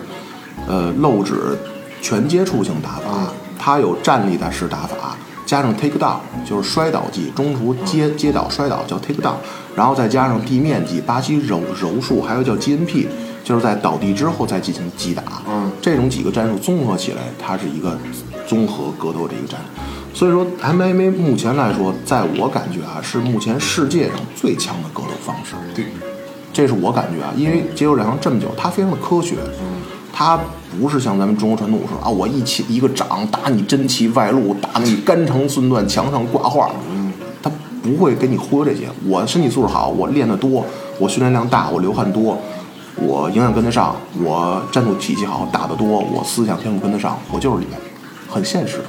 Speaker 3: 呃漏指全接触性打法，它有站立的式打法，加上 take down 就是摔倒技，中途接接倒摔倒叫 take down，然后再加上地面技，巴西柔柔术，还有叫 GNP，就是在倒地之后再进行击打。嗯，这种几个战术综合起来，它是一个综合格斗的一个战术。所以说，MMA 目前来说，在我感觉啊，是目前世界上最强的格斗方式。
Speaker 1: 对，
Speaker 3: 这是我感觉啊，因为接受这行这么久，它非常的科学，它不是像咱们中国传统武术啊，我一起一个掌打你真气外露，打你肝肠寸断，墙上挂画，它不会给你忽悠这些。我身体素质好，我练得多，我训练量大，我流汗多。我营养跟得上，我战术体系好，打得多，我思想天赋跟得上，我就是厉害，很现实。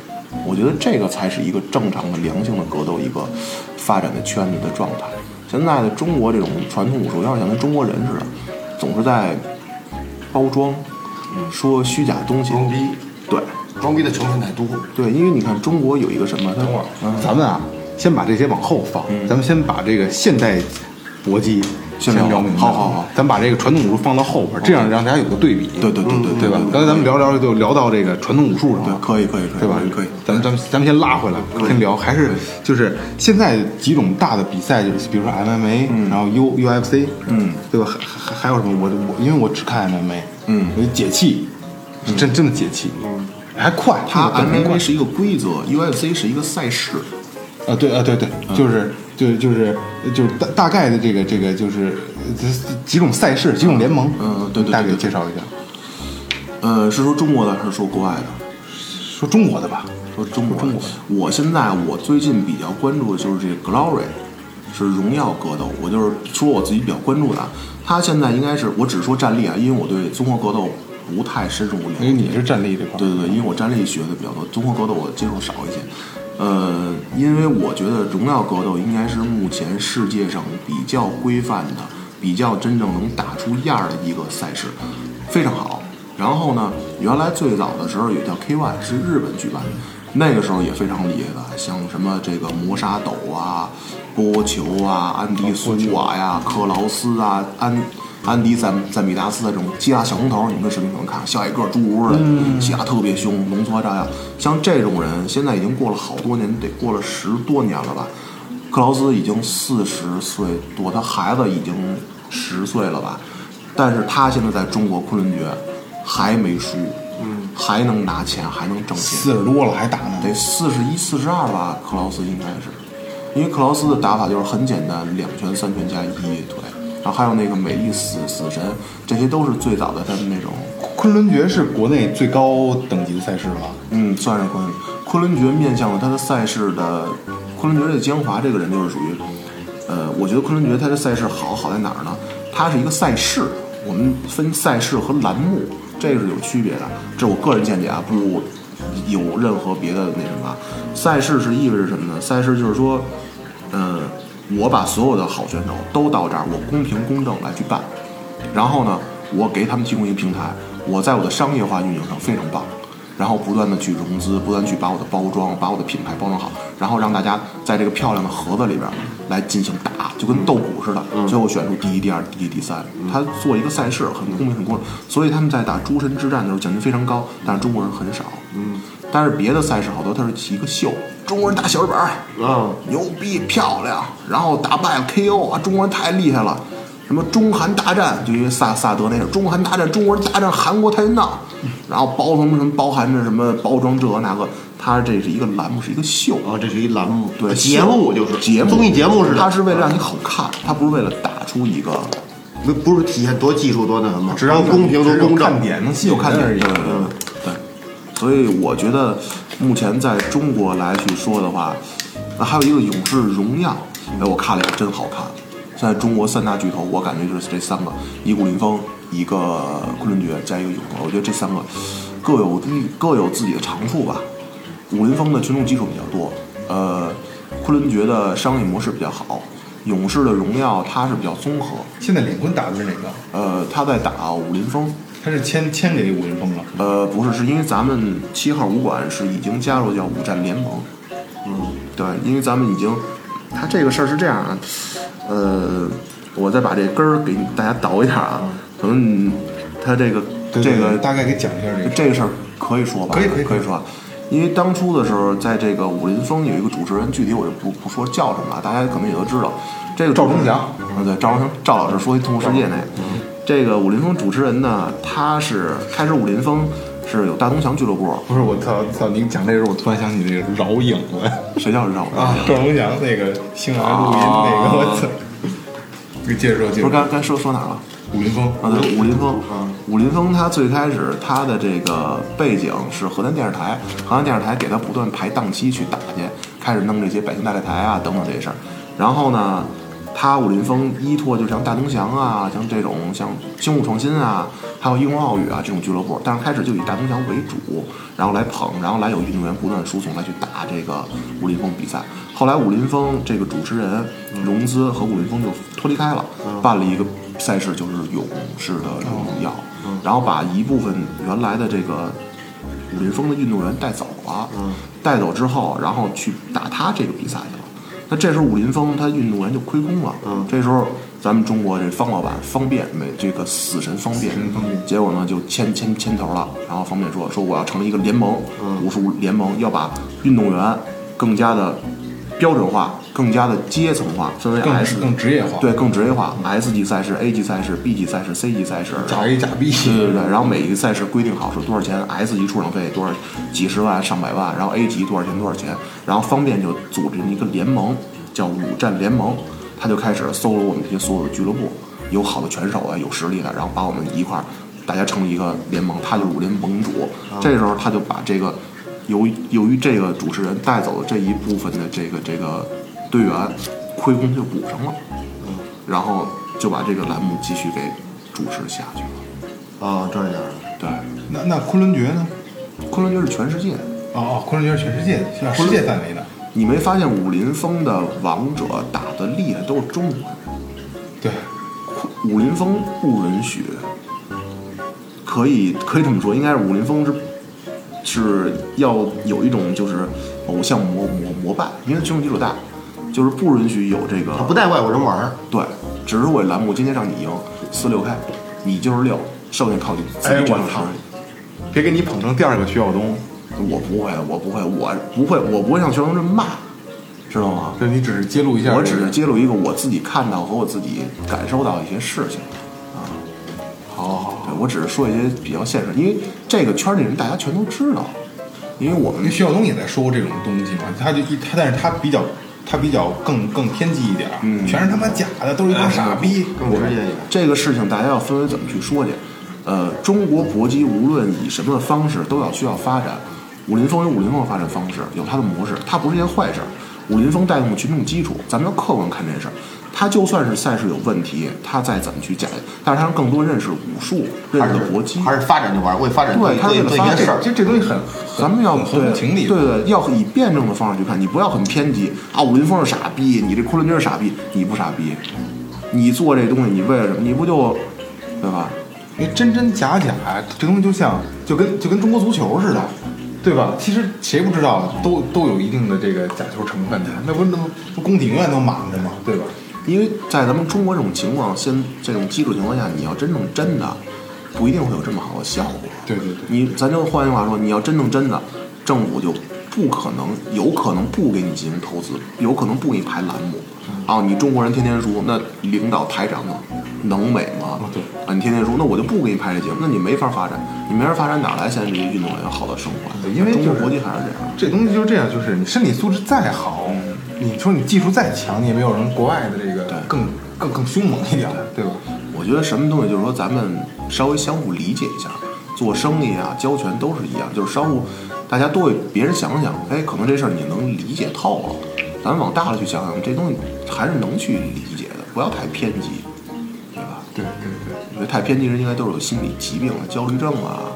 Speaker 3: 我觉得这个才是一个正常的、良性的格斗一个发展的圈子的状态。现在的中国这种传统武术，要是想跟中国人似的，总是在包装，
Speaker 1: 嗯
Speaker 3: 说虚假的东西，
Speaker 2: 装逼，
Speaker 3: 对
Speaker 2: 装逼的成分太多。
Speaker 3: 对，因为你看中国有一个什么，它
Speaker 1: 等会儿
Speaker 3: 嗯
Speaker 1: 咱们啊，先把这些往后放，咱们先把这个现代搏击
Speaker 3: 先
Speaker 1: 先
Speaker 3: 聊
Speaker 1: 聊明白。
Speaker 3: 好好好
Speaker 1: 咱把这个传统武术放到后边，这样让大家有个对比。
Speaker 3: 对对对对
Speaker 1: 嗯对吧？刚才咱们聊聊就聊到这个传统武术上
Speaker 3: 对
Speaker 1: 了，，
Speaker 3: 可以可以可以，
Speaker 1: 对吧？
Speaker 3: 可以，
Speaker 1: 咱们咱们咱们先拉回来，先聊，还是就是现在几种大的比赛，就是比如说 MMA，、然后 U UFC，
Speaker 3: 嗯，
Speaker 1: 对吧？还还还有什么？我我因为我只看 MMA，
Speaker 3: 嗯
Speaker 1: 我就解气，是真真的解气，嗯，还快，那
Speaker 3: 它
Speaker 1: 个本身快
Speaker 3: MMA 是一个规则，UFC 是一个赛事。
Speaker 1: 啊，对啊，对对，就是就就是就是大大概的这个这个就是这这几种赛事、几种联盟，
Speaker 3: 嗯对对对
Speaker 1: 大概
Speaker 3: 对
Speaker 1: 介绍一下。
Speaker 3: 呃，是说中国的还是说国外的？
Speaker 1: 说中国的吧，
Speaker 3: 说中国，中国。我现在我最近比较关注的就是这个 Glory，是荣耀格斗。我就是说我自己比较关注的啊，他现在应该是我只说战力啊，因为我对综合格斗不太深入了
Speaker 1: 因为
Speaker 3: 解。
Speaker 1: 哎你是战力这块儿，
Speaker 3: 对对对，因为我战力学的比较多，综合格斗我接触少一些。呃，因为我觉得荣耀格斗应该是目前世界上比较规范的、比较真正能打出样儿的一个赛事，非常好。然后呢，原来最早的时候也叫 K1，是日本举办的，那个时候也非常厉害的，像什么这个磨砂斗啊、波球啊、安迪苏瓦呀、克劳斯啊、安安迪赞赞比达斯啊的这种希腊小红头，你们这视频可能看，小矮个儿侏儒似的，希腊特别凶，浓缩炸药。像这种人，现在已经过了好多年，得过了十多年了吧？克劳斯已经四十岁多，他孩子已经十岁了吧？但是他现在在中国昆仑决还没输，嗯，还能拿钱，还能挣钱。
Speaker 1: 四十多了还打呢，
Speaker 3: 得四十一、四十二吧，克劳斯应该是，因为克劳斯的打法就是很简单，两拳、三拳加一腿，然后还有那个美丽死死神，这些都是最早的他们那种，
Speaker 1: 昆仑决是国内最高等级的赛事吧？
Speaker 3: 嗯，算是昆昆仑决面向了他的赛事的昆仑决的江华这个人就是属于，呃，我觉得昆仑决他的赛事好好在哪儿呢？它是一个赛事，我们分赛事和栏目，这个是有区别的，这是我个人见解啊，不有任何别的那什么啊。赛事是意味着什么呢？赛事就是说。嗯，我把所有的好选手都到这儿，我公平公正来去办。然后呢，我给他们提供一个平台，我在我的商业化运营上非常棒。然后不断的去融资，不断地去把我的包装、把我的品牌包装好，然后让大家在这个漂亮的盒子里边来进行打，就跟斗鼓似的。最后选出第一、第二、第一、第三，他做一个赛事很公平、很公正。所以他们在打诸神之战的时候奖金非常高，但是中国人很少。嗯，但是别的赛事好多它是一个秀，中国人打小日本儿，
Speaker 2: 啊，
Speaker 3: 牛逼漂亮，然后打败了 KO 啊，中国人太厉害了。什么中韩大战，就因为萨萨德那是中韩大战，中国人大战韩国跆拳道，然后包什么什么包含着什么包装这个那个，它这是一个栏目，是一个秀，
Speaker 2: 啊，这是一栏目，
Speaker 3: 对
Speaker 2: 节目就是
Speaker 3: 呃节目
Speaker 2: 综艺节目似的，
Speaker 3: 它是为了让你好看，它不是为了打出一个
Speaker 2: 不不是体现多技术多那什么，
Speaker 1: 只
Speaker 2: 要
Speaker 1: 要
Speaker 2: 公平
Speaker 1: 只
Speaker 2: 多
Speaker 1: 有
Speaker 2: 公
Speaker 1: 看
Speaker 2: 正。
Speaker 1: 点能吸
Speaker 3: 有
Speaker 1: 引
Speaker 3: 看点
Speaker 1: 而已。
Speaker 3: 对对对。所以我觉得，目前在中国来去说的话，那还有一个《勇士荣耀》，哎，我看了一下，真好看。现在中国三大巨头，我感觉就是这三个：一古林峰，一个昆仑决，加一个勇士。我觉得这三个各有各有自己的长处吧。武林风的群众基础比较多，呃，昆仑决的商业模式比较好，勇士的荣耀它是比较综合，
Speaker 1: 现在领quân打的是哪个？
Speaker 3: 呃，它在打武林风，
Speaker 1: 他是签签给武林风了。
Speaker 3: 呃，不是，是因为咱们七号武馆是已经加入叫五战联盟。嗯，对，因为咱们已经，他这个事儿是这样啊，呃，我再把这根儿给大家倒一下啊，可能他这个
Speaker 1: 嗯对对对
Speaker 3: 这个
Speaker 1: 大概给讲一下这个。
Speaker 3: 这个事儿可以说吧？
Speaker 1: 可以可以
Speaker 3: 可以说啊。因为当初的时候，在这个武林峰有一个主持人，具体我就不不说叫什么了，大家可能也都知道。这个
Speaker 1: 赵
Speaker 3: 主持人
Speaker 1: 忠祥
Speaker 3: 啊，对，赵忠祥赵老师说《一动物世界》那个，这个武林峰主持人呢，他是开始武林峰是有大东祥俱乐部，
Speaker 1: 不是我操操！你讲这时候，我突然想起那个饶颖了
Speaker 3: 谁叫绕
Speaker 1: 啊，赵忠祥那个星来录音那个，我操！ 你接着说，接着
Speaker 3: 不
Speaker 1: 说。
Speaker 3: 是刚才刚才说说哪儿了？
Speaker 1: 武林风
Speaker 3: 啊，对，武林风，武林风他最开始他的这个背景是河南电视台，河南电视台给他不断排档期去打去，开始弄这些百姓大擂台啊等等这些事儿。然后呢，他武林风依托就像大东祥啊，像这种像精武创新啊，还有英文奥语啊这种俱乐部，但是开始就以大东祥为主，然后来捧，然后来有运动员不断的输送来去打这个武林风比赛。后来武林风这个主持人融资和武林风就脱离开了，办了一个赛事，就是勇士的荣耀，
Speaker 1: 嗯
Speaker 3: 然后把一部分原来的这个武林风的运动员带走了，
Speaker 1: 嗯
Speaker 3: 带走之后，然后去打他这个比赛去了。那这时候武林风他运动员就亏空了，
Speaker 1: 嗯
Speaker 3: 这时候咱们中国这方老板方便美这个死神方便，
Speaker 1: 神方便
Speaker 3: 结果呢就牵牵牵头了，然后方便说说我要成立一个联盟，
Speaker 1: 嗯
Speaker 3: 武术联盟要把运动员更加的标准化，更加的阶层化，分为
Speaker 1: 更
Speaker 3: S
Speaker 1: 更职业化，，
Speaker 3: 对更职业化，S 级赛事、A 级赛事、B 级赛事、C 级赛事，然后
Speaker 1: 假 A 假 B。
Speaker 3: 对对对，然后每一个赛事规定好是多少钱，S 级出场费多少，几十万上百万，然后 A 级多少钱多少钱，然后方便就组织一个联盟，叫五战联盟，他就开始搜罗我们这些所有的俱乐部，有好的拳手啊，有实力的，然后把我们一块儿，大家成立一个联盟，他就是武林盟主。这时候他就把这个，由于由于这个主持人带走的这一部分的这个这个队员，亏空就补上了，然后就把这个栏目继续给主持下去了。
Speaker 2: 啊，这样。
Speaker 3: 对，
Speaker 1: 那那昆仑决呢？
Speaker 3: 昆仑决是全世界的。
Speaker 1: 哦哦，昆仑决是全世界的，是吧世界范围的。
Speaker 3: 你没发现武林风的王者打的厉害都是中国人？
Speaker 1: 对，
Speaker 3: 武林风不允许，可以可以这么说，应该是武林风是是呃要有一种就是偶像膜膜膜拜，因为群众基础大，就是不允许有这个
Speaker 2: 他不带外国人玩儿，
Speaker 3: 对，只是我栏目今天让你赢四六开，你就是六，剩下靠你自己
Speaker 1: 哎
Speaker 3: 这种
Speaker 1: 我
Speaker 3: 实
Speaker 1: 操
Speaker 3: 力。
Speaker 1: 别给你捧成第二个徐晓东，
Speaker 3: 我不会，我不会，我不会，我不会像学生这么骂，知道吗？
Speaker 1: 就是你只是揭露一下。
Speaker 3: 我只是揭露一个我自己看到和我自己感受到的一些事情，啊，好好好，对我只是说一些比较现实，因为这个圈里人大家全都知道，因为我
Speaker 1: 因为
Speaker 3: 们
Speaker 1: 徐晓东也在说过这种东西嘛，他就一他，但是他比较他比较更更偏激一点儿，啊
Speaker 3: 嗯
Speaker 1: 全是他妈假的，都是一帮傻逼。
Speaker 2: 更直接一点。
Speaker 3: 这个事情大家要分为怎么去说去，呃，中国搏击无论以什么方式都要需要发展，武林风有武林风的发展方式，有它的模式，它不是一件坏事儿。武林风带动了群众基础，咱们要客观看这事儿。它就算是赛事有问题，它再怎么去改，但是它让更多认识武术、认
Speaker 2: 还
Speaker 3: 识
Speaker 2: 是
Speaker 3: 搏击，
Speaker 2: 还是发展就玩儿，为发展做
Speaker 3: 对他
Speaker 2: 做
Speaker 3: 为了
Speaker 2: 做一
Speaker 3: 发
Speaker 2: 些
Speaker 3: 展
Speaker 2: 事儿
Speaker 1: 其。啊实这东西很，很
Speaker 3: 咱们要
Speaker 1: 很
Speaker 3: 对
Speaker 1: 合情理。
Speaker 3: 对对，要以辩证的方式去看，你不要很偏激啊！武林风是傻逼，你这昆仑军是傻逼，你不傻逼，你做这东西你为了什么？你不就对吧？
Speaker 1: 哎因为真真假假，这东西就像就跟就跟中国足球似的，对吧？其实谁不知道，都都有一定的这个假球成分的，那不那不不宫廷院都满着吗？对吧？
Speaker 3: 因为在咱们中国这种情况，先这种基础情况下，你要真弄真的，不一定会有这么好的效果。
Speaker 1: 对对对，
Speaker 3: 你咱就换句话说，你要真弄真的，政府就不可能，有可能不给你进行投资，有可能不给你排栏目。
Speaker 1: 嗯
Speaker 3: 啊，你中国人天天说，那领导台长呢，能美吗？
Speaker 1: 对
Speaker 3: 啊，你天天说，那我就不给你排这节目，那你没法发展，你没法发展，哪来现在这些运动员好的生活？
Speaker 1: 对因为
Speaker 3: 中国
Speaker 1: 就是
Speaker 3: 国际还是这样。
Speaker 1: 这东西就是这样，就是你身体素质再好，你说你技术再强，你也没有人国外的这个更更更凶猛一点，对吧？
Speaker 3: 我觉得什么东西就是说咱们稍微相互理解一下，做生意啊、交权都是一样，就是稍互大家多为别人想想，哎，可能这事儿你能理解透了。咱们往大了去想想，这东西还是能去理解的，不要太偏激，对吧？
Speaker 1: 对对
Speaker 3: 因为太偏激人应该都是有心理疾病的，焦虑症啊、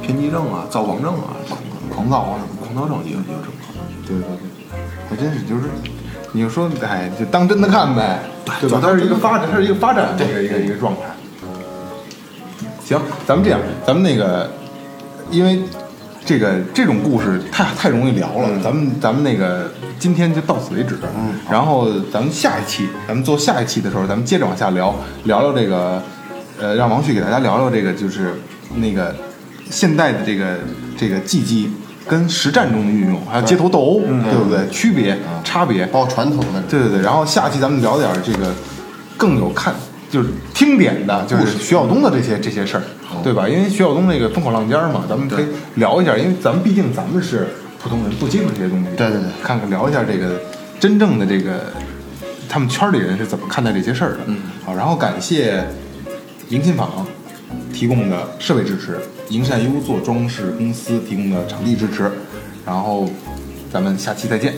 Speaker 3: 偏激症啊、躁狂症啊，
Speaker 1: 对，狂躁啊什么的。
Speaker 3: 狂躁症也有也有这种可能。
Speaker 1: 对对对，还真是就是，你就说哎，就当真的看呗，对吧？它是一个发展，它是一个发展的一个一个一个状态。行，咱们这样，咱们那个，因为这个这种故事太太容易聊了，咱们咱们那个今天就到此为止。嗯，然后咱们下一期，咱们做下一期的时候，咱们接着往下聊，聊聊这个，呃，让王旭给大家聊聊这个，就是那个现代的这个这个技击跟实战中的运用，还有街头斗殴，对嗯不对？区别、差别，
Speaker 2: 包括传统的
Speaker 1: 对对对，然后下期咱们聊点儿这个更有看，就是听点的，就是徐晓东的这些这些事儿，
Speaker 2: 哦
Speaker 1: 对吧？因为徐晓东那个风口浪尖儿嘛，咱们可以聊一下，因为咱们毕竟咱们是普通人，不接触这些东西，
Speaker 2: 对对对
Speaker 1: 看看聊一下这个真正的这个他们圈里人是怎么看待这些事儿的。嗯，好，然后感谢迎亲坊提供的设备支持，营善优作装饰公司提供的场地支持，然后咱们下期再见，